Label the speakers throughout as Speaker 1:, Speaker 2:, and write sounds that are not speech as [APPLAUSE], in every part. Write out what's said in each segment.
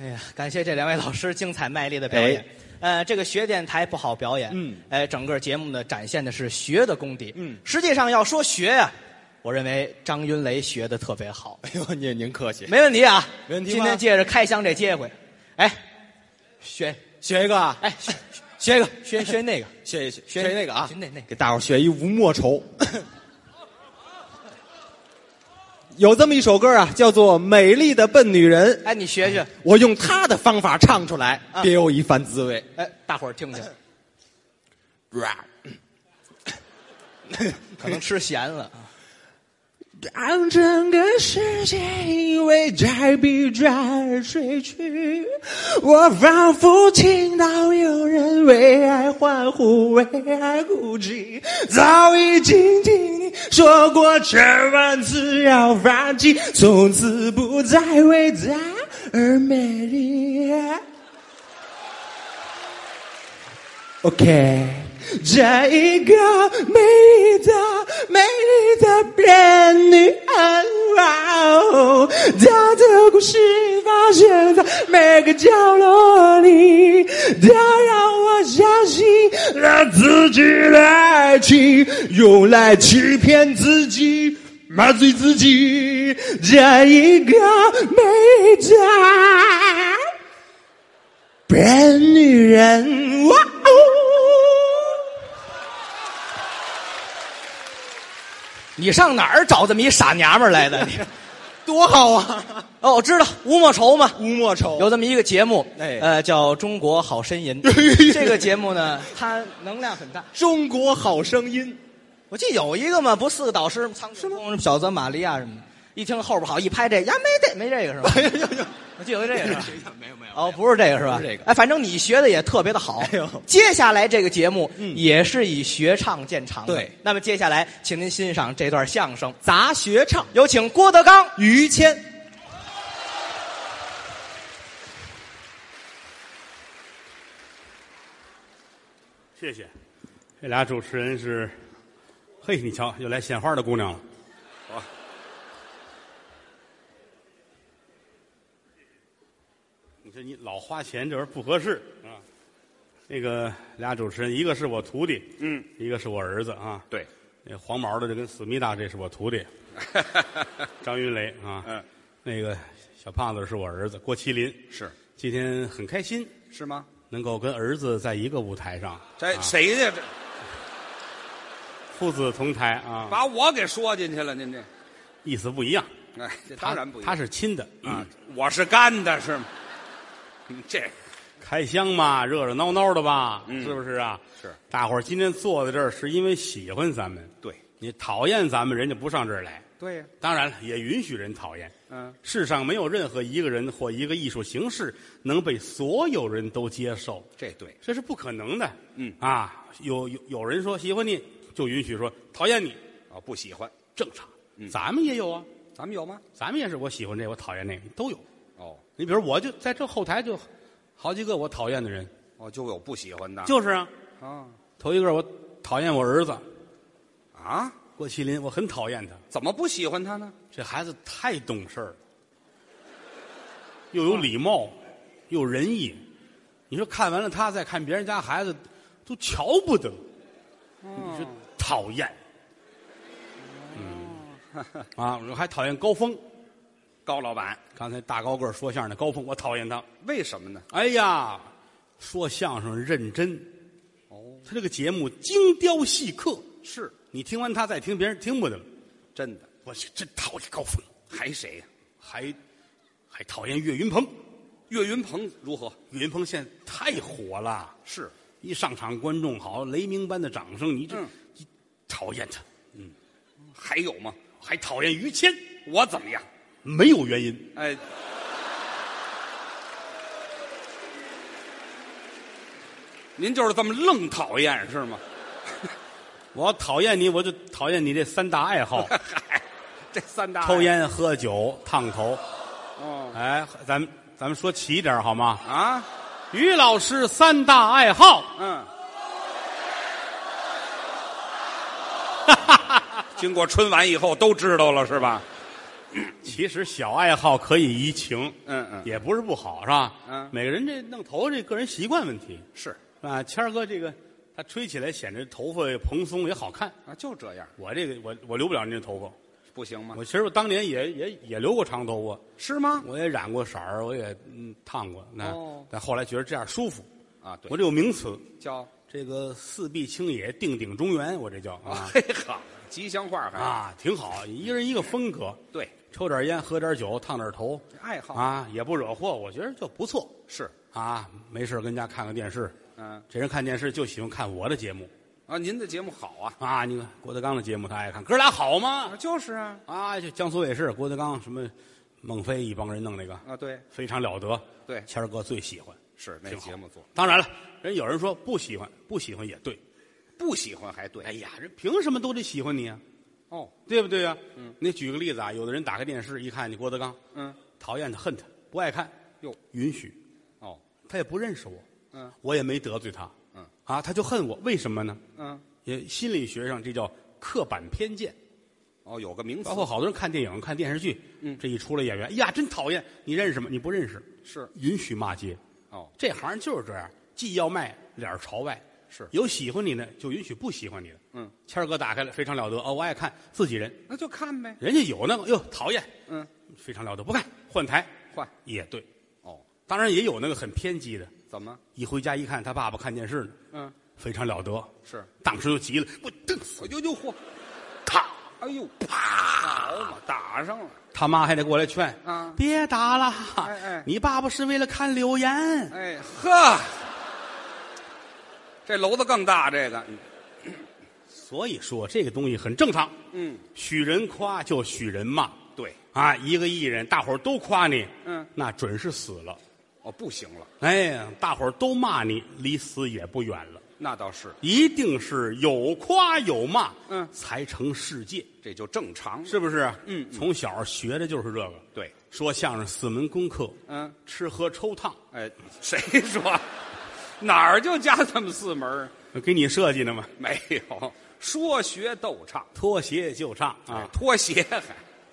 Speaker 1: 哎呀，感谢这两位老师精彩卖力的表演
Speaker 2: 哎。
Speaker 1: 呃，这个学电台不好表演，
Speaker 2: 嗯，
Speaker 1: 哎，整个节目呢展现的是学的功底，
Speaker 2: 嗯
Speaker 1: 实际上要说学呀、我认为张云雷学的特别好，
Speaker 2: 哎呦，您您客气，
Speaker 1: 没问题啊，
Speaker 2: 没问题吗
Speaker 1: 今天借着开箱这接回，哎，学，
Speaker 2: 学一个啊，
Speaker 1: 哎，学学一个，学学
Speaker 2: [LAUGHS]
Speaker 1: 那个，
Speaker 2: 学一学学一那个啊
Speaker 1: 学，那那个
Speaker 2: 给大伙儿学一吴莫 [LAUGHS] 愁。有这么一首歌啊，叫做《美丽的笨女人》，
Speaker 1: 哎，你学学，
Speaker 2: 我用她的方法唱出来，
Speaker 1: 啊
Speaker 2: 别有一番滋味。
Speaker 1: 哎，大伙儿听
Speaker 2: [LAUGHS]
Speaker 1: 听，可能吃咸了，
Speaker 2: 当整个世界因为在闭转而睡去，我仿佛听到有人为爱欢呼，为爱哭泣。早已经听你说过千万次要放弃，从此不再伟大而美丽。OK，这一个美丽的、美丽的变女人，哇哦，她的故事发生在每个角落里，她让我相信了自己的爱情，用来欺骗自己。麻醉自己，这一个美丽的。笨女人，哇哦！
Speaker 1: 你上哪儿找这么一傻娘们儿来的？你
Speaker 2: 多好啊！
Speaker 1: 哦，我知道吴莫愁嘛，
Speaker 2: 吴莫愁
Speaker 1: [LAUGHS] 有这么一个节目，
Speaker 2: 哎
Speaker 1: 呃，叫《中国好呻吟》。这个节目呢，它能量很大。
Speaker 2: 中国好声音，
Speaker 1: 我记得有一个嘛，不四个导师吗？苍井空、什么小泽玛利亚什么的，一听后边好一拍这呀，没这没这个是吧？我记得有这个是吧？
Speaker 2: 没有没有
Speaker 1: [LAUGHS] 哦，不是这个是吧？
Speaker 2: 不是这个
Speaker 1: 哎，反正你学的也特别的好。
Speaker 2: 哎呦
Speaker 1: 接下来这个节目
Speaker 2: 嗯
Speaker 1: 也是以学唱见长的。
Speaker 2: 对
Speaker 1: 那么接下来，请您欣赏这段相声，
Speaker 2: 杂学唱
Speaker 1: 有请郭德纲。
Speaker 2: 于谦，
Speaker 3: 谢谢，这俩主持人是，嘿，你瞧，又来献花的姑娘了。你说你老花钱，这玩意儿不合适啊。那个俩主持人，一个是我徒弟，嗯，一个是我儿子啊。
Speaker 4: 对，
Speaker 3: 那黄毛的这跟思密达，这是我
Speaker 4: [LAUGHS]
Speaker 3: 徒弟，张云雷啊。
Speaker 4: 嗯，
Speaker 3: 那个小胖子是我儿子郭麒麟。
Speaker 4: 是
Speaker 3: 今天很开心，
Speaker 4: 是吗？
Speaker 3: 能够跟儿子在一个舞台上，
Speaker 4: 这
Speaker 3: 啊
Speaker 4: 谁呀？这
Speaker 3: 父子同台啊，
Speaker 4: 把我给说进去了，您这，
Speaker 3: 意思不一样。
Speaker 4: 哎，这当然不一
Speaker 3: 他
Speaker 4: 样
Speaker 3: 是亲的啊
Speaker 4: 啊，，我是干的，是吗？嗯这
Speaker 3: 开箱嘛，热热闹闹的吧，是不是啊？
Speaker 4: 嗯是，
Speaker 3: 大伙儿今天坐在这儿是因为喜欢咱们，
Speaker 4: [LAUGHS] 对
Speaker 3: 你讨厌咱们，人家不上这儿来。
Speaker 4: 对呀，
Speaker 3: 当然了，也允许人讨厌。
Speaker 4: 嗯，
Speaker 3: 世上没有任何一个人或一个艺术形式能被所有人都接受，
Speaker 4: 这对，
Speaker 3: 这是不可能的。
Speaker 4: 嗯
Speaker 3: 啊，有有有人说喜欢你，就允许说讨厌你，
Speaker 4: 啊，不喜欢，
Speaker 3: 正常。
Speaker 4: 嗯
Speaker 3: 咱们也有啊，
Speaker 4: 咱们有吗？
Speaker 3: 咱们也是我喜欢这，我讨厌那个，都有。
Speaker 4: 哦
Speaker 3: 你比如我就在这后台就好几个我讨厌的人，
Speaker 4: 哦，就有不喜欢的，
Speaker 3: 就是啊，
Speaker 4: 啊
Speaker 3: 头一个我讨厌我儿子
Speaker 4: 啊，
Speaker 3: 郭麒麟，我很讨厌他，
Speaker 4: 怎么不喜欢他呢？
Speaker 3: 这孩子太懂事儿了，又有礼貌，又有仁义。你说看完了他，再看别人家孩子，都瞧不得，你说讨厌。哦 [LAUGHS] 嗯，啊，我还讨厌高峰，
Speaker 4: 高老板，
Speaker 3: 刚才大高个儿说相声的高峰，我讨厌他。
Speaker 4: 为什么呢？
Speaker 3: 哎呀，说相声认真，
Speaker 4: 哦，
Speaker 3: 他这个节目精雕细刻，
Speaker 4: 是
Speaker 3: 你听完他再听别人听不得了。
Speaker 4: 真的，
Speaker 3: 我去，真讨厌高峰，
Speaker 4: 还谁呀？
Speaker 3: 还还讨厌岳云鹏。
Speaker 4: 岳云鹏如何？
Speaker 3: 岳云鹏现在太火了，
Speaker 4: 是
Speaker 3: 一上场观众好雷鸣般的掌声，你这、
Speaker 4: 嗯
Speaker 3: 你讨厌他，
Speaker 4: 还有吗？
Speaker 3: 还讨厌于谦，
Speaker 4: 嗯我怎么样？
Speaker 3: 没有原因。
Speaker 4: 哎，您就是这么愣讨厌是吗？
Speaker 3: 我要讨厌你，我就讨厌你这三大爱 [LAUGHS] 好：
Speaker 4: 嗨，这三大爱
Speaker 3: 抽烟、喝酒、烫头。
Speaker 4: 哦
Speaker 3: 哎，咱们咱们说齐一点好吗？
Speaker 4: 啊，
Speaker 3: 于老师三大爱好。
Speaker 4: [LAUGHS] 嗯，经过春晚以后都知道了是吧？
Speaker 3: 其实小爱好可以怡情，
Speaker 4: 嗯嗯
Speaker 3: 也不是不好，是吧？
Speaker 4: 嗯
Speaker 3: 每个人这弄头这个人习惯问题
Speaker 4: 是
Speaker 3: 啊。谦儿哥这个他吹起来显得头发蓬松也好看，
Speaker 4: 啊，就这样，
Speaker 3: 我这个我我留不了您这头发，
Speaker 4: 不行吗？
Speaker 3: 我其实我当年也也也留过长头发，
Speaker 4: 是吗？
Speaker 3: 我也染过色儿，我也嗯烫过，那、
Speaker 4: 哦
Speaker 3: 但后来觉得这样舒服，
Speaker 4: 啊，对，
Speaker 3: 我这有名词，
Speaker 4: 叫
Speaker 3: 这个四壁青野，定鼎中原，我这叫
Speaker 4: 啊
Speaker 3: 啊，
Speaker 4: [LAUGHS] 嘿好，吉祥话还
Speaker 3: 啊，挺好，一人一个风格，
Speaker 4: 对，
Speaker 3: 抽点烟，喝点酒，烫点头，
Speaker 4: 爱好
Speaker 3: 啊，也不惹祸，我觉得就不错
Speaker 4: 是，
Speaker 3: 啊。没事儿跟家看看电视，
Speaker 4: 嗯
Speaker 3: 这人看电视就喜欢看我的节目
Speaker 4: 啊，您的节目好啊，
Speaker 3: 啊。你看郭德纲的节目他爱看，哥俩好
Speaker 4: 啊
Speaker 3: 吗？
Speaker 4: 就是啊，
Speaker 3: 啊，就江苏卫视郭德纲什么孟非一帮人弄那个，
Speaker 4: 啊对
Speaker 3: 非常了得。
Speaker 4: 对
Speaker 3: 谦儿哥最喜欢，
Speaker 4: 是那
Speaker 3: 挺好
Speaker 4: 节目做
Speaker 3: 当然了，人有人说不喜欢，不喜欢也对。
Speaker 4: 不喜欢还对，
Speaker 3: 哎呀，人凭什么都得喜欢你啊？
Speaker 4: 哦，
Speaker 3: 对不对啊？嗯，你举个例子啊，有的人打开电视一看你郭德纲，
Speaker 4: 嗯
Speaker 3: 讨厌他，恨他，不爱看，
Speaker 4: 哟
Speaker 3: 允许，
Speaker 4: 哦
Speaker 3: 他也不认识我，
Speaker 4: 嗯
Speaker 3: 我也没得罪他，
Speaker 4: 嗯，
Speaker 3: 啊，他就恨我，为什么呢？
Speaker 4: 嗯
Speaker 3: 也心理学上这叫刻板偏见，
Speaker 4: 哦有个名词
Speaker 3: 包括好多人看电影、看电视剧，嗯，这一出来演员，哎呀，真讨厌，你认识吗？你不认识，
Speaker 4: 是
Speaker 3: 允许骂街，
Speaker 4: 哦
Speaker 3: 这行就是这样，既要卖，脸儿朝外，
Speaker 4: 是
Speaker 3: 有喜欢你的就允许不喜欢你的，
Speaker 4: 嗯，
Speaker 3: 谦儿哥打开了，非常了得，哦，我爱看自己人，
Speaker 4: 那就看呗，
Speaker 3: 人家有那个，哟，讨厌，
Speaker 4: 嗯
Speaker 3: 非常了得，不看，换台，
Speaker 4: 换
Speaker 3: 也对，
Speaker 4: 哦
Speaker 3: 当然也有那个很偏激的，
Speaker 4: 怎么
Speaker 3: 一回家一看他爸爸看电视呢，
Speaker 4: 嗯
Speaker 3: 非常了得，
Speaker 4: 是
Speaker 3: 当时就急了，我瞪死
Speaker 4: 我就就嚯，
Speaker 3: 他，
Speaker 4: 哎呦啪好嘛打上了，
Speaker 3: 他妈还得过来劝
Speaker 4: 啊
Speaker 3: 别打了，
Speaker 4: 哎哎
Speaker 3: 你爸爸是为了看柳岩，
Speaker 4: 哎呵，这楼子更大这个
Speaker 3: 所以说这个东西很正常，
Speaker 4: 嗯
Speaker 3: 许人夸就许人骂，
Speaker 4: 对
Speaker 3: 啊，一个艺人，大伙儿都夸你，
Speaker 4: 嗯
Speaker 3: 那准是死了。
Speaker 4: 哦不行了
Speaker 3: 哎呀，大伙儿都骂你，离死也不远了，
Speaker 4: 那倒是
Speaker 3: 一定是有夸有骂，
Speaker 4: 嗯
Speaker 3: 才成世界，
Speaker 4: 这就正常
Speaker 3: 是不是？
Speaker 4: 嗯嗯
Speaker 3: 从小学的就是这个，
Speaker 4: 对
Speaker 3: 说相声四门功课，
Speaker 4: 嗯。
Speaker 3: 吃喝抽烫，
Speaker 4: 哎，谁说哪儿就加这么四门儿？
Speaker 3: 给你设计的嘛，
Speaker 4: 没有，说学逗唱
Speaker 3: 脱鞋就唱
Speaker 4: 哎
Speaker 3: 啊。
Speaker 4: 脱鞋 [LAUGHS] 还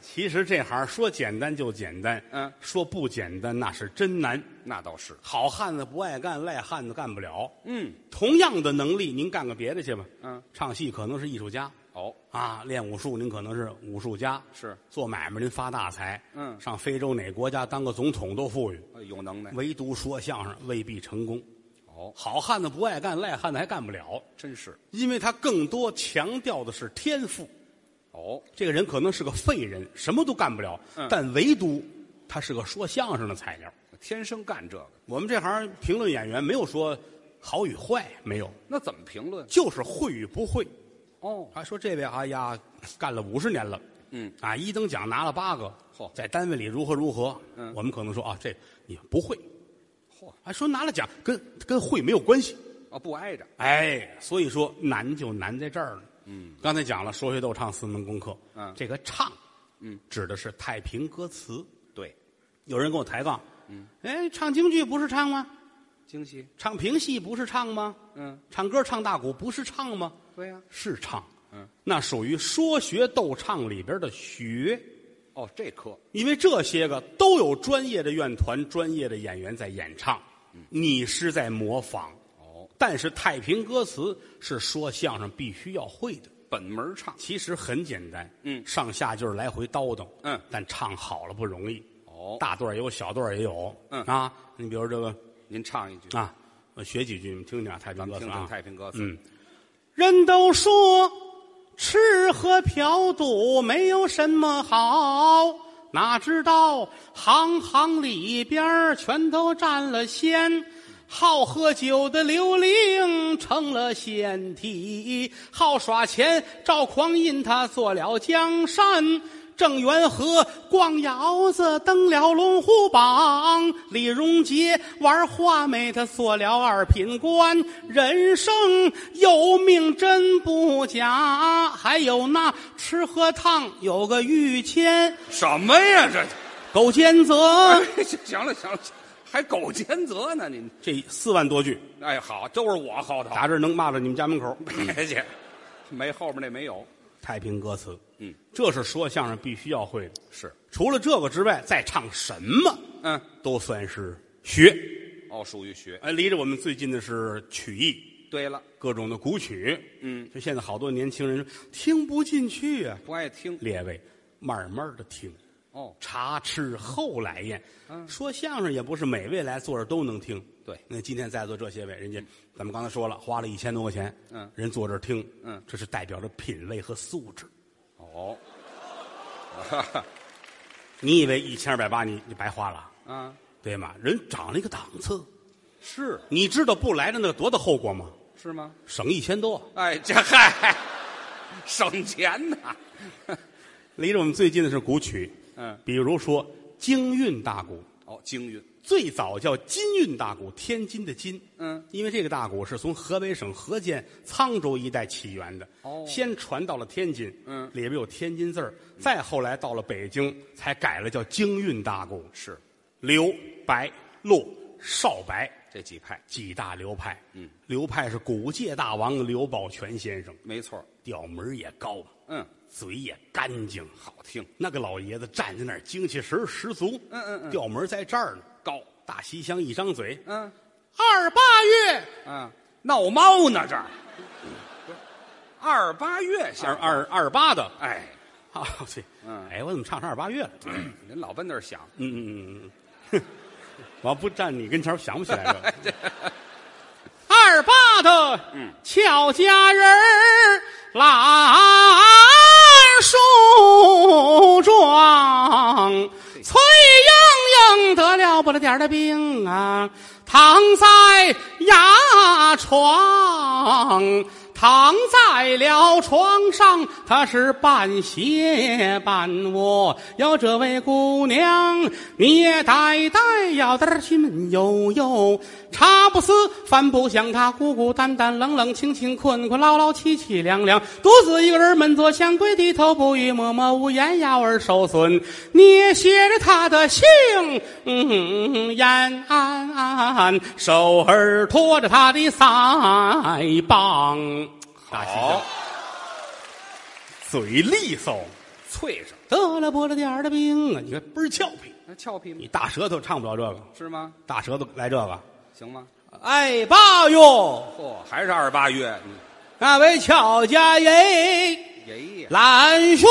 Speaker 3: 其实这行说简单就简单，
Speaker 4: 嗯
Speaker 3: 说不简单那是真难。
Speaker 4: 那倒是，
Speaker 3: 好汉子不爱干，赖汉子干不了。
Speaker 4: 嗯，
Speaker 3: 同样的能力，您干个别的去吧。
Speaker 4: 嗯，
Speaker 3: 唱戏可能是艺术家
Speaker 4: 哦，
Speaker 3: 啊，练武术您可能是武术家，
Speaker 4: 是
Speaker 3: 做买卖您发大财。
Speaker 4: 嗯
Speaker 3: 上非洲哪国家当个总统都富裕，
Speaker 4: 呃有能耐，
Speaker 3: 唯独说相声未必成功。
Speaker 4: 哦，
Speaker 3: 好汉子不爱干，赖汉子还干不了，
Speaker 4: 真是，
Speaker 3: 因为他更多强调的是天赋。
Speaker 4: 哦，
Speaker 3: 这个人可能是个废人，什么都干不了，
Speaker 4: 嗯
Speaker 3: 但唯独他是个说相声的材料。
Speaker 4: 天生干这个，
Speaker 3: 我们这行评论演员没有说好与坏，没有，
Speaker 4: 那怎么评论？
Speaker 3: 就是会与不会。
Speaker 4: 哦，
Speaker 3: 啊，说这位哎呀，干了五十年了，
Speaker 4: 嗯，
Speaker 3: 啊，一等奖拿了八个，
Speaker 4: 嚯
Speaker 3: 在单位里如何如何，
Speaker 4: 嗯
Speaker 3: 我们可能说啊，这你不会，
Speaker 4: 嚯，
Speaker 3: 啊，说拿了奖跟跟会没有关系，
Speaker 4: 哦，不挨着，
Speaker 3: 哎，所以说难就难在这儿了。嗯，刚才讲了，说学逗唱四门功课。
Speaker 4: 嗯
Speaker 3: 这个唱，
Speaker 4: 嗯，
Speaker 3: 指的是太平歌词。
Speaker 4: 对，
Speaker 3: 有人跟我抬杠，嗯，哎，唱京剧不是唱吗？
Speaker 4: 惊喜，
Speaker 3: 唱评戏不是唱吗？
Speaker 4: 嗯，
Speaker 3: 唱歌唱大鼓不是唱吗？
Speaker 4: 对呀、
Speaker 3: 是唱，
Speaker 4: 嗯，
Speaker 3: 那属于说学逗唱里边的学，
Speaker 4: 哦，这科
Speaker 3: 因为这些个都有专业的院团、专业的演员在演唱，你是在模仿。
Speaker 4: 哦，
Speaker 3: 但是太平歌词是说相声必须要会的，
Speaker 4: 本门唱，
Speaker 3: 其实很简单，
Speaker 4: 嗯
Speaker 3: 上下就是来回叨叨，
Speaker 4: 嗯
Speaker 3: 但唱好了不容易，
Speaker 4: 哦，
Speaker 3: 大段儿也有，小段儿也有，
Speaker 4: 嗯
Speaker 3: 啊，你比如这个
Speaker 4: 您唱一句，
Speaker 3: 啊，我学几句，你们听听啊，太平歌词
Speaker 4: 听
Speaker 3: 啊
Speaker 4: 听，太平歌词，
Speaker 3: 嗯，人都说吃喝嫖赌没有什么好，哪知道行行里边儿全都占了先。好喝酒的刘伶成了仙体，好耍钱赵匡胤他做了江山，郑元和逛窑子登了龙虎榜，李荣杰玩画眉他做了二品官，人生有命真不假，还有那吃喝烫有个御谦
Speaker 4: 什么呀这？ [LAUGHS]
Speaker 3: 苟兼
Speaker 4: 哎
Speaker 3: 泽，
Speaker 4: 行了行了，行了还苟兼责呢您？
Speaker 3: [LAUGHS] 这四万多句
Speaker 4: 哎，好，都是我后头。
Speaker 3: 嗯
Speaker 4: [LAUGHS]
Speaker 3: 打这儿能骂到你们家门口。
Speaker 4: 别去，没后边那没有。
Speaker 3: 太平歌词，
Speaker 4: 嗯，
Speaker 3: 这是说相声必须要会的。
Speaker 4: 是，
Speaker 3: 除了这个之外，再唱什么
Speaker 4: 嗯，
Speaker 3: 都算是学。
Speaker 4: 哦，属于学。
Speaker 3: 哎，离着我们最近的是曲艺，
Speaker 4: 对了，
Speaker 3: 各种的古曲。
Speaker 4: 嗯，
Speaker 3: 就现在好多年轻人说听不进去啊，
Speaker 4: 不爱听。
Speaker 3: 列位，慢慢的听，
Speaker 4: 哦，
Speaker 3: 茶吃后来宴。
Speaker 4: 嗯
Speaker 3: 说相声也不是每位来坐着都能听。
Speaker 4: 对
Speaker 3: 那今天在座这些位，人家咱们刚才说了，花了一千多块钱，
Speaker 4: 嗯
Speaker 3: 人坐这儿听，
Speaker 4: 嗯
Speaker 3: 这是代表着品味和素质。
Speaker 4: 哦，
Speaker 3: 你以为一千二百八你你白花了，
Speaker 4: 啊，
Speaker 3: 对吗？人长了一个档次，
Speaker 4: 是
Speaker 3: 你知道不来的那多大后果吗？
Speaker 4: 是吗？
Speaker 3: 省一千多。
Speaker 4: 哎，这嗨，省钱呐。
Speaker 3: 离着我们最近的是古曲，
Speaker 4: 嗯，
Speaker 3: 比如说京韵大鼓，
Speaker 4: 哦，京韵。
Speaker 3: 最早叫金韵大鼓，天津的金。
Speaker 4: 嗯，
Speaker 3: 因为这个大鼓是从河北省河间沧州一带起源的，
Speaker 4: 哦
Speaker 3: 先传到了天津，
Speaker 4: 嗯
Speaker 3: 里边有天津字儿，再后来到了北京，才改了叫京韵大鼓。
Speaker 4: 是
Speaker 3: 刘、白、骆、少白
Speaker 4: 这几派，
Speaker 3: 几大流派，
Speaker 4: 嗯，
Speaker 3: 流派是古界大王刘宝全先生，
Speaker 4: 没错儿。
Speaker 3: 调门儿也高，
Speaker 4: 嗯，
Speaker 3: 嘴也干净，好
Speaker 4: 好听，
Speaker 3: 那个老爷子站在那儿，精气神儿十足。
Speaker 4: 嗯嗯嗯
Speaker 3: 调门儿在这儿呢。
Speaker 4: 高。
Speaker 3: 大西厢一张嘴，
Speaker 4: 嗯
Speaker 3: 二八月，
Speaker 4: 嗯，闹猫呢这儿。二八月下
Speaker 3: 二，二二八的。
Speaker 4: 哎，
Speaker 3: 啊，对，
Speaker 4: 嗯
Speaker 3: 哎，我怎么唱成二八月了？嗯
Speaker 4: 您老奔那儿想，
Speaker 3: 嗯嗯嗯嗯，我要不站你跟前儿，想不起来了。 [LAUGHS] 二八的，
Speaker 4: 嗯，
Speaker 3: 俏佳人儿懒梳妆，崔莺莺得了不了点儿的病啊，躺在牙床，躺在了床上，她是半斜半卧。哟，这位姑娘，你也呆呆，要得儿心闷悠悠，茶不思，饭不想，她孤孤单单，冷冷清清，困困唠唠，凄凄凉凉，独自一个人闷坐香闺低头不语，默默无言，哑而受损。你也写着她的姓，嗯，延安安，手儿托着她的腮帮，大西厢，嘴利索，
Speaker 4: 脆上，
Speaker 3: 得了不了点儿的病啊，你看倍儿俏皮。
Speaker 4: 那俏皮吗
Speaker 3: 你？大舌头唱不了这个，
Speaker 4: 是吗？
Speaker 3: 大舌头来这个。
Speaker 4: 行吗？
Speaker 1: 哎，八哟，
Speaker 4: 嚯、还是二八月，
Speaker 1: 那位俏佳人
Speaker 4: 你爷爷，
Speaker 1: 懒梳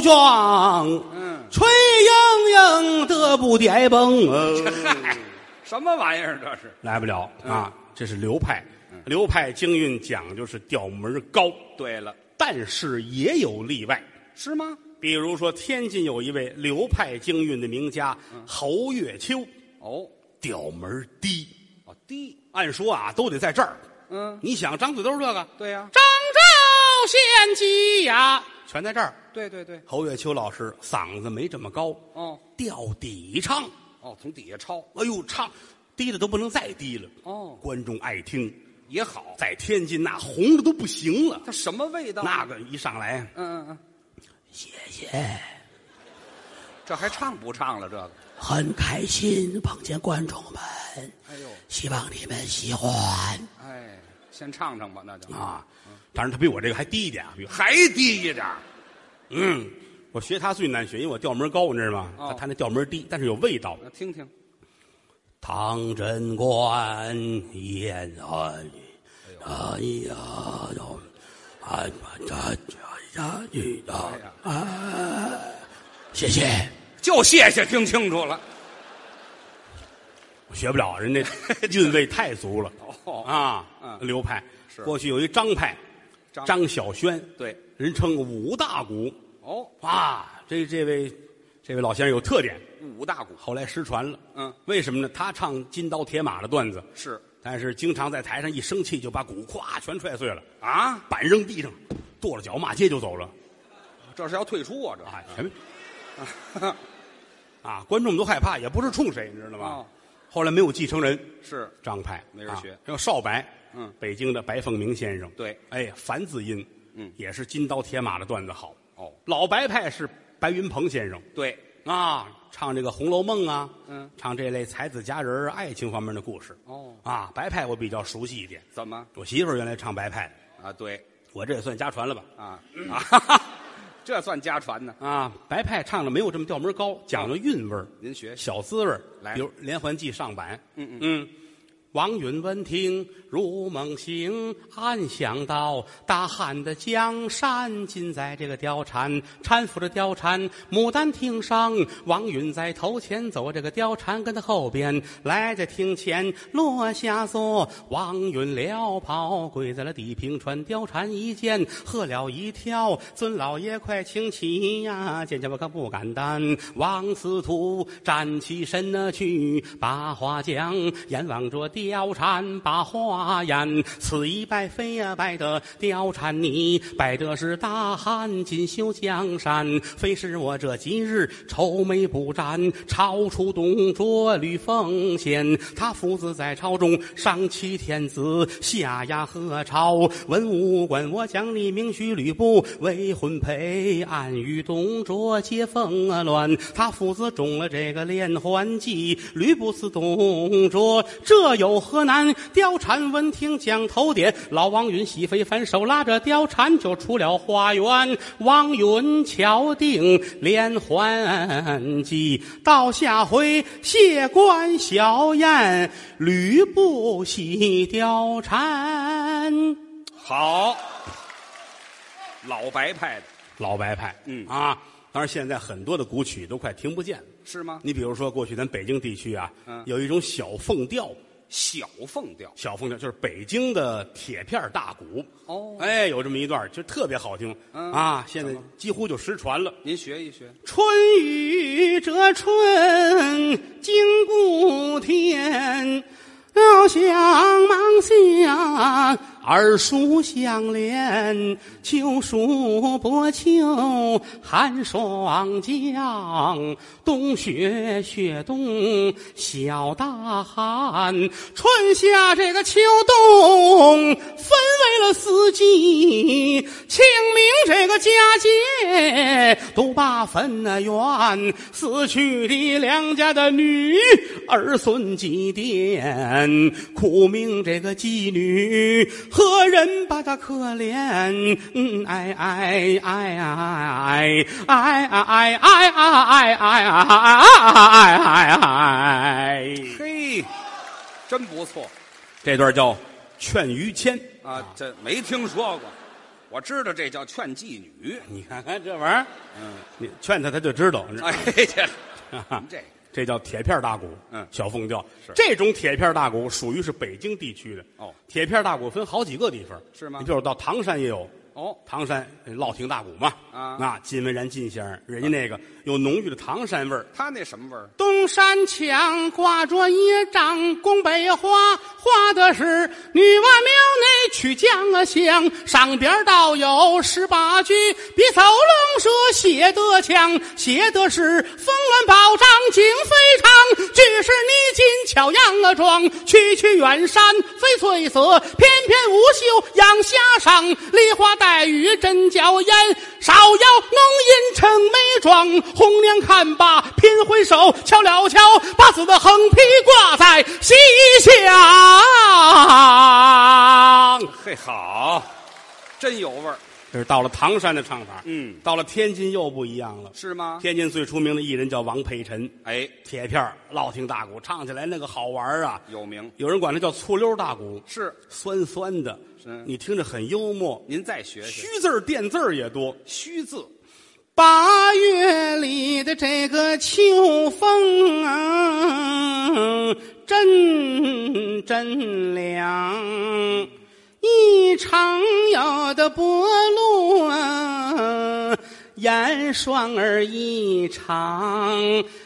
Speaker 1: 妆，
Speaker 4: 嗯，
Speaker 1: 崔莺莺得不点崩啊！
Speaker 4: 嗨，什么玩意儿这是？
Speaker 3: [LAUGHS] 来不了
Speaker 4: 嗯
Speaker 3: 啊！这是流派，流派京韵讲究是调门儿高，
Speaker 4: 对了，
Speaker 3: 但是也有例外。
Speaker 4: 是吗？
Speaker 3: 比如说，天津有一位流派京韵的名家
Speaker 4: 嗯
Speaker 3: 侯月秋，
Speaker 4: 哦，
Speaker 3: 调门儿低。
Speaker 4: 哦，低，
Speaker 3: 按说啊，都得在这儿。
Speaker 4: 嗯，
Speaker 3: 你想，张嘴都是这个，
Speaker 4: 对呀、
Speaker 3: 张昭献计呀，全在这儿。
Speaker 4: 对对对，
Speaker 3: 侯月秋老师嗓子没这么高，
Speaker 4: 哦
Speaker 3: 调底唱。
Speaker 4: 哦，从底下抄，
Speaker 3: 哎呦，唱低的都不能再低了。
Speaker 4: 哦
Speaker 3: 观众爱听，
Speaker 4: 也好，
Speaker 3: 在天津那红的都不行了，
Speaker 4: 它什么味道？
Speaker 3: 那个一上来，
Speaker 4: 嗯嗯嗯，
Speaker 1: 谢谢，
Speaker 4: 这还唱不唱了？这个，
Speaker 1: 很开心碰见观众们，
Speaker 4: 哎呦，
Speaker 1: 希望你们喜欢
Speaker 4: 哎，先唱唱吧，那就
Speaker 3: 啊。当然，他比我这个还低一点啊。比我
Speaker 4: 还低一点儿，
Speaker 3: 嗯，我学他最难学，因为我调门高，你知道吗？
Speaker 4: 哦
Speaker 3: 他他那调门低，但是有味道。
Speaker 4: 那听听，
Speaker 3: 唐贞观燕安，哎呀，哎呀，呀呀啊！谢谢，
Speaker 4: 就谢谢，听清楚了。
Speaker 3: 我学不了，人
Speaker 4: [LAUGHS]
Speaker 3: 家韵味太足了。
Speaker 4: 哦
Speaker 3: 啊，
Speaker 4: 嗯
Speaker 3: 流派
Speaker 4: 是
Speaker 3: 过去有一张派，
Speaker 4: 张
Speaker 3: 张小轩，
Speaker 4: 对，
Speaker 3: 人称五大鼓
Speaker 4: 哦，
Speaker 3: 啊。这这位这位老先生有特点，
Speaker 4: 五大鼓
Speaker 3: 后来失传了。
Speaker 4: 嗯，
Speaker 3: 为什么呢？他唱金刀铁马的段子，
Speaker 4: 是
Speaker 3: 但是经常在台上一生气就把鼓咵全踹碎了，
Speaker 4: 啊，
Speaker 3: 板扔地上，跺着脚骂街就走了
Speaker 4: 这是要退出啊，这
Speaker 3: 啊！什么？
Speaker 4: [LAUGHS]
Speaker 3: 啊，观众们都害怕，也不是冲谁，你知道吗
Speaker 4: 哦？
Speaker 3: 后来没有继承人，
Speaker 4: 是
Speaker 3: 张派
Speaker 4: 没人学
Speaker 3: 啊还有少白，
Speaker 4: 嗯
Speaker 3: 北京的白凤鸣先生，
Speaker 4: 对，
Speaker 3: 哎，樊字音，
Speaker 4: 嗯
Speaker 3: 也是金刀铁马的段子好。
Speaker 4: 哦，
Speaker 3: 老白派是白云鹏先生
Speaker 4: 对，
Speaker 3: 啊，唱这个《红楼梦》啊，
Speaker 4: 嗯，
Speaker 3: 唱这类才子佳人儿爱情方面的故事。
Speaker 4: 哦，
Speaker 3: 啊，白派我比较熟悉一点，
Speaker 4: 怎么
Speaker 3: 我媳妇儿原来唱白派的，
Speaker 4: 啊？对，
Speaker 3: 我这也算家传了吧？
Speaker 4: 啊啊，这算家传呢？
Speaker 3: [LAUGHS] 啊，白派唱的没有这么调门高，讲究韵味儿，
Speaker 4: 您学学，
Speaker 3: 小滋味儿
Speaker 4: 来
Speaker 3: 比如《连环计》上版，嗯嗯嗯。王允闻听如梦醒，暗想到大汉的江山尽在这个貂蝉，搀扶着貂蝉。牡丹亭上，王允在头前走，这个貂蝉跟他后边。来在厅前落下座，王允撩袍跪在了地平川。貂蝉一见，喝了一跳，尊老爷快请起呀！见见我可不敢担。王司徒站起身呐去，把话讲，眼望着貂蝉把话言，此一拜非呀、拜的貂蝉你，拜的是大汉锦绣江山，非是我这今日愁眉不展，超出董卓吕奉先，他父子在朝中上欺天子，下压何朝文武官，我讲你明许吕布为婚配，暗与董卓结风啊乱，他父子中了这个连环计，吕布似董卓，这有何难？貂蝉闻听将头点，老王允喜非凡，手拉着貂蝉就出了花园。王允敲定连环计，到下回谢官小宴，吕布喜貂蝉。
Speaker 4: 好，老白派的
Speaker 3: 老白派，
Speaker 4: 嗯
Speaker 3: 啊，当然现在很多的古曲都快听不见了。
Speaker 4: 是吗？
Speaker 3: 你比如说，过去咱北京地区啊，
Speaker 4: 嗯
Speaker 3: 有一种小凤调，
Speaker 4: 小凤调，
Speaker 3: 小凤调就是北京的铁片大鼓。
Speaker 4: 哦
Speaker 3: 哎，有这么一段儿，就特别好听、
Speaker 4: 嗯
Speaker 3: 啊！现在几乎就失传了。
Speaker 4: 您学一学。
Speaker 3: 春雨折春惊故天，遥想芒乡，耳熟相连。秋暑薄秋，寒霜降，冬雪雪冬，小大寒。春夏这个秋冬，分为了四季。清明这个佳节，都把坟啊圆，死去的梁家的女儿孙祭奠，苦命这个妓女，何人把她可怜？嗯，哎哎哎哎哎哎哎哎哎哎哎哎哎哎！
Speaker 4: 嘿，真不错
Speaker 3: 这段叫《劝于谦》，
Speaker 4: 啊！这没听说过，我知道这叫劝妓 [LAUGHS] 女。
Speaker 3: 你看看这玩意儿，嗯，你劝他他就知道。
Speaker 4: 哎，这您这
Speaker 3: 这叫铁片大鼓，
Speaker 4: 嗯
Speaker 3: 小凤调。这种铁片大鼓属于是北京地区的
Speaker 4: 哦
Speaker 3: 铁片大鼓分好几个地方，
Speaker 4: 是吗
Speaker 3: 你比如到唐山也有，
Speaker 4: 哦
Speaker 3: 唐山呃烙亭大鼓嘛，
Speaker 4: 啊
Speaker 3: 那金文然金先生，人家那个有浓郁的唐山味儿。
Speaker 4: 他那什么味儿？
Speaker 3: 东山墙挂着一张宫北花，画的是女娲庙内曲江啊香，上边儿倒有十八句，比草龙蛇写得强，写的是峰峦宝障景非常，俱是泥金巧样啊装，区区远山非翠色，翩翩无袖仰霞裳，梨花带雨真娇艳，芍药浓荫衬眉妆，红娘看罢拼回首，敲了敲，把子的横批挂在西厢。
Speaker 4: 嘿，好，真有味儿，
Speaker 3: 这是到了唐山的唱法，
Speaker 4: 嗯
Speaker 3: 到了天津又不一样了。
Speaker 4: 是啊吗？
Speaker 3: 天津最出名的艺人叫王佩臣，
Speaker 4: 哎，
Speaker 3: 铁片儿烙听大鼓，唱起来那个好玩儿啊！
Speaker 4: 有名
Speaker 3: 有人管它叫醋溜儿大鼓，
Speaker 4: 是。
Speaker 3: 酸酸的，
Speaker 4: 是
Speaker 3: 你听着很幽默，
Speaker 4: 您再学
Speaker 3: 虚
Speaker 4: 学
Speaker 3: 字儿垫字儿也多。
Speaker 4: 虚字，
Speaker 3: 八月里的这个秋风啊，阵阵凉。一场有的薄露啊，严霜儿一场，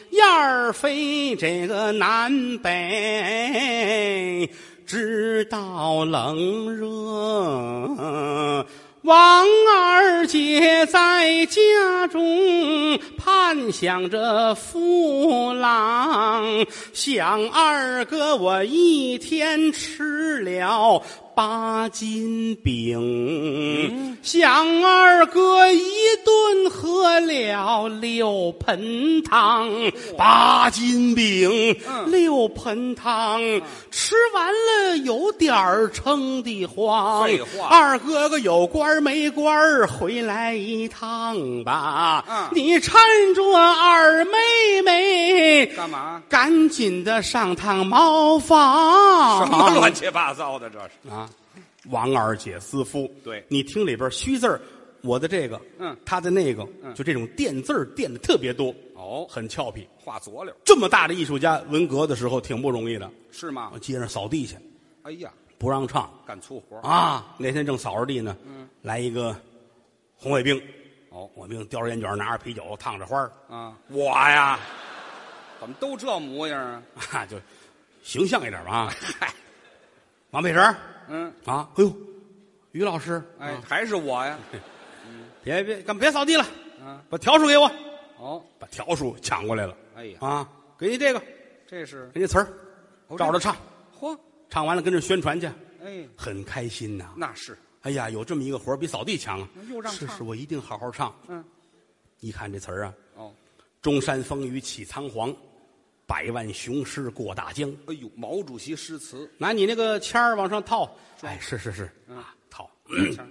Speaker 3: 燕儿飞这个南北，知道冷热。王二姐在家中盼想着父郎，想二哥我一天吃了八斤饼，想二哥一顿喝了六盆汤，八斤饼，六盆汤，吃完了有点儿撑得慌。废话二哥哥有官儿没官儿，回来一趟吧。
Speaker 4: 嗯
Speaker 3: 你搀着二妹妹，
Speaker 4: 干嘛？
Speaker 3: 赶紧的上趟茅房。
Speaker 4: 什么
Speaker 3: [LAUGHS]
Speaker 4: 乱七八糟的这是？
Speaker 3: 啊！王二姐私夫，
Speaker 4: 对
Speaker 3: 你听里边虚字儿我的这个，
Speaker 4: 嗯
Speaker 3: 他的那个，
Speaker 4: 嗯
Speaker 3: 就这种垫字儿垫的特别多，
Speaker 4: 哦，
Speaker 3: 很俏皮。
Speaker 4: 画左溜
Speaker 3: 这么大的艺术家，文革的时候挺不容易的，
Speaker 4: 是吗
Speaker 3: 往？街上扫地去
Speaker 4: 哎呀，
Speaker 3: 不让唱
Speaker 4: 干粗活儿
Speaker 3: 啊！那天正扫着地呢，来一个红卫兵，
Speaker 4: 嗯哦
Speaker 3: 红卫兵叼着烟卷，拿着啤酒，烫着花儿
Speaker 4: 啊，
Speaker 3: 我呀，
Speaker 4: 怎么都这模样啊？
Speaker 3: 啊就形象一点吧啊！
Speaker 4: 嗨，
Speaker 3: 王佩臣
Speaker 4: [LAUGHS] 嗯，
Speaker 3: 啊，哎呦，于老师，啊
Speaker 4: 哎，还是我呀。
Speaker 3: 别别干别扫地了，
Speaker 4: 嗯，
Speaker 3: 把笤帚给我，
Speaker 4: 哦，
Speaker 3: 把笤帚抢过来了。
Speaker 4: 哎呀，
Speaker 3: 啊，给你这个，
Speaker 4: 这是
Speaker 3: 给你词儿，
Speaker 4: 哦
Speaker 3: 照着唱，
Speaker 4: 嚯，
Speaker 3: 唱完了跟着宣传去，
Speaker 4: 哎，
Speaker 3: 很开心呐、
Speaker 4: 那是
Speaker 3: 哎呀，有这么一个活儿比扫地强啊！
Speaker 4: 嗯又让
Speaker 3: 是
Speaker 4: 唱
Speaker 3: 是，我一定好好唱。
Speaker 4: 嗯，
Speaker 3: 一看这词儿啊，
Speaker 4: 哦，
Speaker 3: 中山风雨起苍黄，百万雄师过大江。
Speaker 4: 哎呦，毛主席诗词，
Speaker 3: 拿你那个签儿往上套，哎，是是是
Speaker 4: 嗯 [CLEARS THROAT]
Speaker 3: 啊，套，
Speaker 4: 腔儿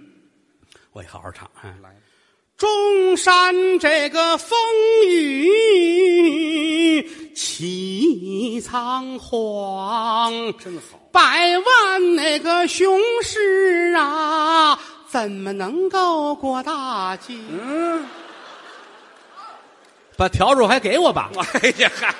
Speaker 3: 我也好好唱。哎
Speaker 4: 来，
Speaker 3: 中山这个风雨起苍黄，
Speaker 4: 真好，
Speaker 3: 百万那个雄师啊，怎么能够过大江？
Speaker 4: 嗯，
Speaker 3: 把笤帚还给我吧。
Speaker 4: 哎呀嗨，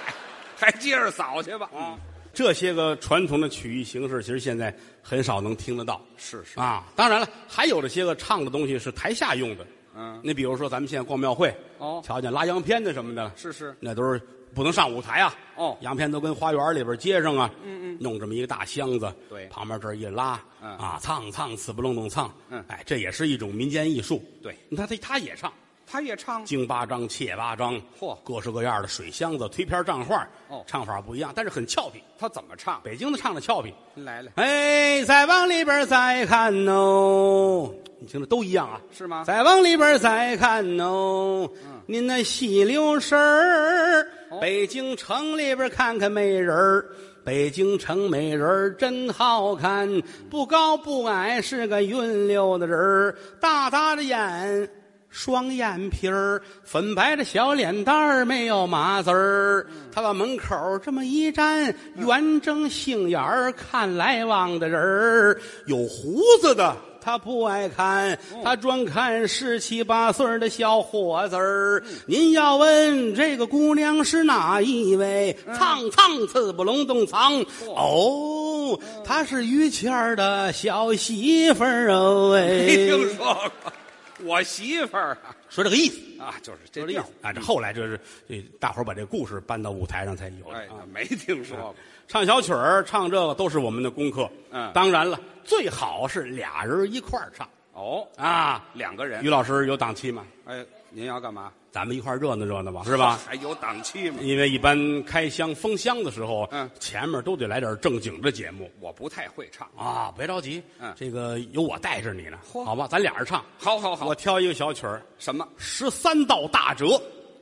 Speaker 4: 还接着扫去吧啊，
Speaker 3: 这些个传统的曲艺形式，其实现在很少能听得到。
Speaker 4: 是是，
Speaker 3: 啊，当然了，还有这些个唱的东西是台下用的。
Speaker 4: 嗯，
Speaker 3: 你比如说，咱们现在逛庙会，
Speaker 4: 哦
Speaker 3: 瞧见拉洋片的什么的，
Speaker 4: 是是，
Speaker 3: 那都是不能上舞台啊。
Speaker 4: 哦
Speaker 3: 洋片都跟花园里边接上啊，嗯嗯，弄这么一个大箱子，
Speaker 4: 对
Speaker 3: 旁边这儿一拉，
Speaker 4: 嗯
Speaker 3: 啊，唱唱刺不愣咚唱，
Speaker 4: 嗯
Speaker 3: 哎，这也是一种民间艺术。
Speaker 4: 对，
Speaker 3: 你看他他也唱
Speaker 4: 他也唱，
Speaker 3: 京八张、切八张，
Speaker 4: 嚯
Speaker 3: 各式各样的水箱子、推片账画，
Speaker 4: 哦
Speaker 3: 唱法不一样，但是很俏皮。
Speaker 4: 他怎么唱？
Speaker 3: 北京的唱的俏皮，
Speaker 4: 您来来，
Speaker 3: 哎，再往里边再看哦，你听着都一样啊，
Speaker 4: 是吗嗯
Speaker 3: 再往里边再看哦，您那细溜神儿，
Speaker 4: 哦
Speaker 3: 北京城里边看看美人儿。北京城美人儿真好看，不高不矮，是个晕溜的人儿，大大的眼，双眼皮儿，粉白的小脸蛋儿，没有麻子儿。他往门口这么一站，圆睁杏眼儿看来往的人儿。有胡子的他不爱看，他专看十七八岁儿的小伙子儿。您要问这个姑娘是哪一位？苍苍刺不隆咚苍哦，她是于谦儿的小媳妇儿哦喂。
Speaker 4: 没听说过，我媳妇儿啊
Speaker 3: 说这个意思。
Speaker 4: 啊，就是
Speaker 3: 就
Speaker 4: 这
Speaker 3: 这意
Speaker 4: 调
Speaker 3: 思
Speaker 4: 儿，
Speaker 3: 啊！这后来这是这大伙儿把这故事搬到舞台上才有的
Speaker 4: 哎
Speaker 3: 啊，。
Speaker 4: 没听说过，
Speaker 3: 唱小曲儿、唱这个都是我们的功课。
Speaker 4: 嗯
Speaker 3: 当然了，最好是俩人一块儿唱
Speaker 4: 哦，
Speaker 3: 啊。
Speaker 4: 两个人
Speaker 3: 于，老师有档期吗？
Speaker 4: 哎，您要干嘛？
Speaker 3: 咱们一块儿热闹热闹吧，是
Speaker 4: [LAUGHS]
Speaker 3: 吧？
Speaker 4: 还有档期吗？
Speaker 3: 因为一般开箱封箱的时候，
Speaker 4: 嗯
Speaker 3: 前面都得来点正经的节目
Speaker 4: 我不太会唱，
Speaker 3: 啊。别着急，
Speaker 4: 嗯
Speaker 3: 这个有我带着你呢，
Speaker 4: 嚯
Speaker 3: 好吧？咱俩人唱，
Speaker 4: 好好好
Speaker 3: 我，挑一个小曲儿，
Speaker 4: 什么？
Speaker 3: 《十三道大折》。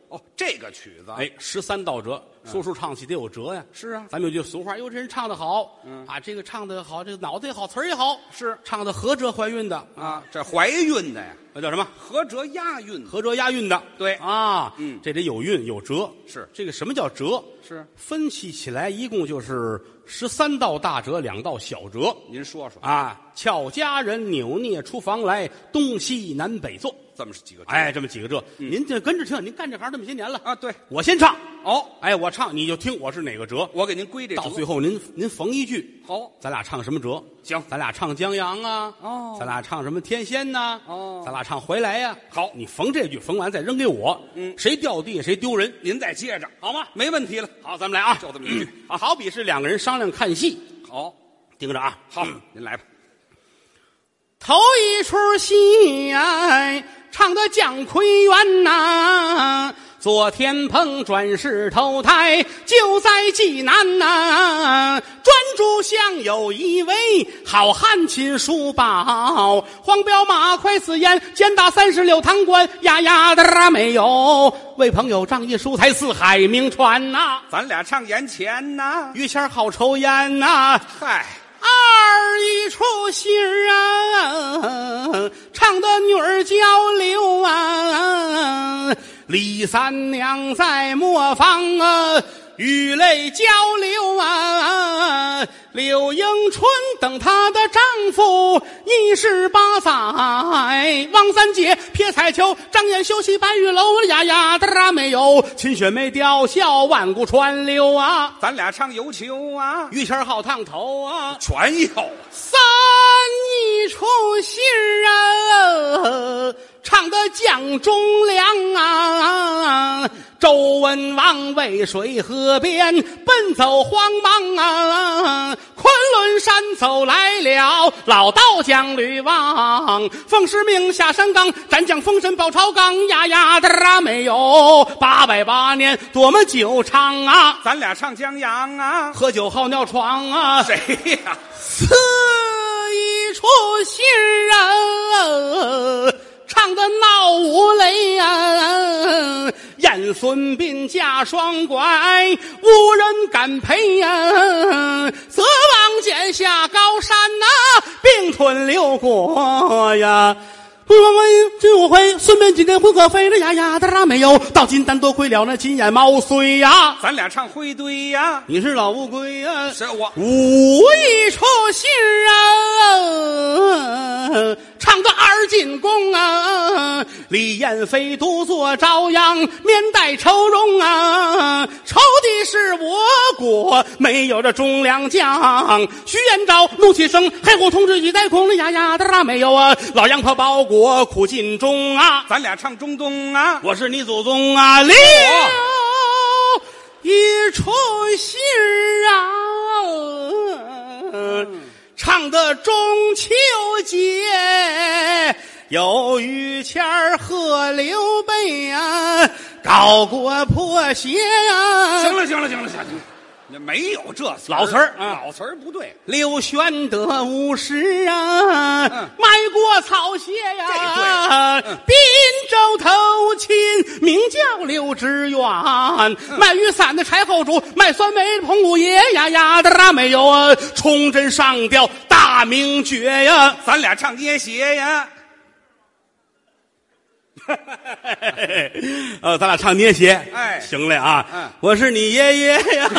Speaker 4: 哦，这个曲子，
Speaker 3: 哎，十三道折，说书唱戏得有折呀。
Speaker 4: 嗯是啊嗯
Speaker 3: 咱们有句俗话，哟，这人唱的好，啊，这个唱的好，这个脑子也好，词儿也好，
Speaker 4: 是
Speaker 3: 唱的合辙怀韵的，
Speaker 4: 啊，这怀孕的呀，
Speaker 3: 那叫什么？
Speaker 4: 合辙押韵
Speaker 3: 合辙押韵的。
Speaker 4: 对
Speaker 3: 啊，
Speaker 4: 嗯
Speaker 3: 这得有韵有辙。
Speaker 4: 是
Speaker 3: 这个什么叫折？
Speaker 4: 是，
Speaker 3: 分析起来一共就是十三道大折，两道小折。
Speaker 4: 您说说，
Speaker 3: 啊，俏佳人扭捏出房来，东西南北坐。
Speaker 4: 这么是几个折？
Speaker 3: 哎，这么几个这，
Speaker 4: 嗯
Speaker 3: 您这跟着听，您干这行这么些年了
Speaker 4: 啊，对，
Speaker 3: 我先唱，
Speaker 4: 哦，
Speaker 3: 哎，我唱你就听我是哪个折。
Speaker 4: 我给您归这折
Speaker 3: 到最后您您缝一句，
Speaker 4: 好，
Speaker 3: 咱俩唱什么折？
Speaker 4: 行
Speaker 3: 咱俩唱江洋啊，
Speaker 4: 哦
Speaker 3: 咱俩唱什么天仙呐、
Speaker 4: 哦
Speaker 3: 咱俩唱回来呀、
Speaker 4: 好
Speaker 3: 你缝这句，缝完再扔给我，
Speaker 4: 嗯
Speaker 3: 谁掉地谁丢人，
Speaker 4: 您再接着，
Speaker 3: 好吗？
Speaker 4: 没问题了。
Speaker 3: 好，咱们来啊，
Speaker 4: 就这么一句
Speaker 3: 啊， [CLEARS THROAT] 好比是两个人商量看戏，
Speaker 4: 嗯好，
Speaker 3: 盯着啊，
Speaker 4: 好，您来吧。
Speaker 3: 头一出戏哎，唱的蒋奎元呐、左天蓬转世投胎，就在济南呐、专诸巷有一位好汉秦叔宝，黄骠马快似烟，肩打三十六堂官，呀呀的啦没有，为朋友仗义疏财，四海名传呐、
Speaker 4: 咱俩唱眼前呐，
Speaker 3: 于谦儿好抽烟呐、
Speaker 4: 嗨，
Speaker 3: 二一出戏儿啊，唱的女儿交流啊，李三娘在磨坊啊，与泪交流啊。柳迎春等她的丈夫一十八载，汪三姐撇彩球，张眼休息白玉楼呀呀哒啦没有，秦雪梅雕笑万古川流啊。
Speaker 4: 咱俩唱游球啊，
Speaker 3: 于谦儿好烫头啊，
Speaker 4: 全有。
Speaker 3: 三一出戏儿啊，唱的蒋忠良啊，周文王渭水河边奔走慌忙啊，昆仑山走来了老道将吕望，奉师命下山岗，斩将封神保朝纲呀呀哒啦没有，八百八年多么久长啊！
Speaker 4: 咱俩唱江洋啊，
Speaker 3: 喝酒好尿床啊！
Speaker 4: 谁呀、
Speaker 3: 此一出戏儿啊，唱的闹五雷啊，燕孙膑架双拐，无人敢陪呀、则王剑下高山呐、并吞六国呀。不王关君我回，孙膑几天混可飞了呀呀哒啦没有，到金丹多亏了那金眼猫虽呀。
Speaker 4: 咱俩唱灰堆呀，
Speaker 3: 你是老乌龟呀、
Speaker 4: 是我
Speaker 3: 无意出信儿啊，唱个二进宫啊，李彦飞独坐朝阳，面带愁容啊，仇敌是我国，没有这忠良将。徐延昭怒气生，黑虎同志已带空了呀呀哒啦没有啊，老杨婆报国苦尽忠啊，
Speaker 4: 咱俩唱中东啊，
Speaker 3: 我是你祖宗啊，刘。一出戏啊，唱的中秋节，有于谦儿和刘备啊，搞过破鞋啊。
Speaker 4: 行了行了行了行了行了，你没有这词
Speaker 3: 老词儿啊
Speaker 4: 老词儿不对，
Speaker 3: 刘玄德五十啊，卖过草鞋呀、滨州投亲名叫刘知远，卖雨伞的柴后主，卖酸梅的彭五爷呀呀的啦没有啊，崇祯上吊大名爵呀，
Speaker 4: 咱俩唱耶鞋呀，
Speaker 3: 呃，咱俩唱捏鞋，
Speaker 4: 哎
Speaker 3: 行嘞啊，
Speaker 4: 嗯
Speaker 3: 我是你爷爷呀，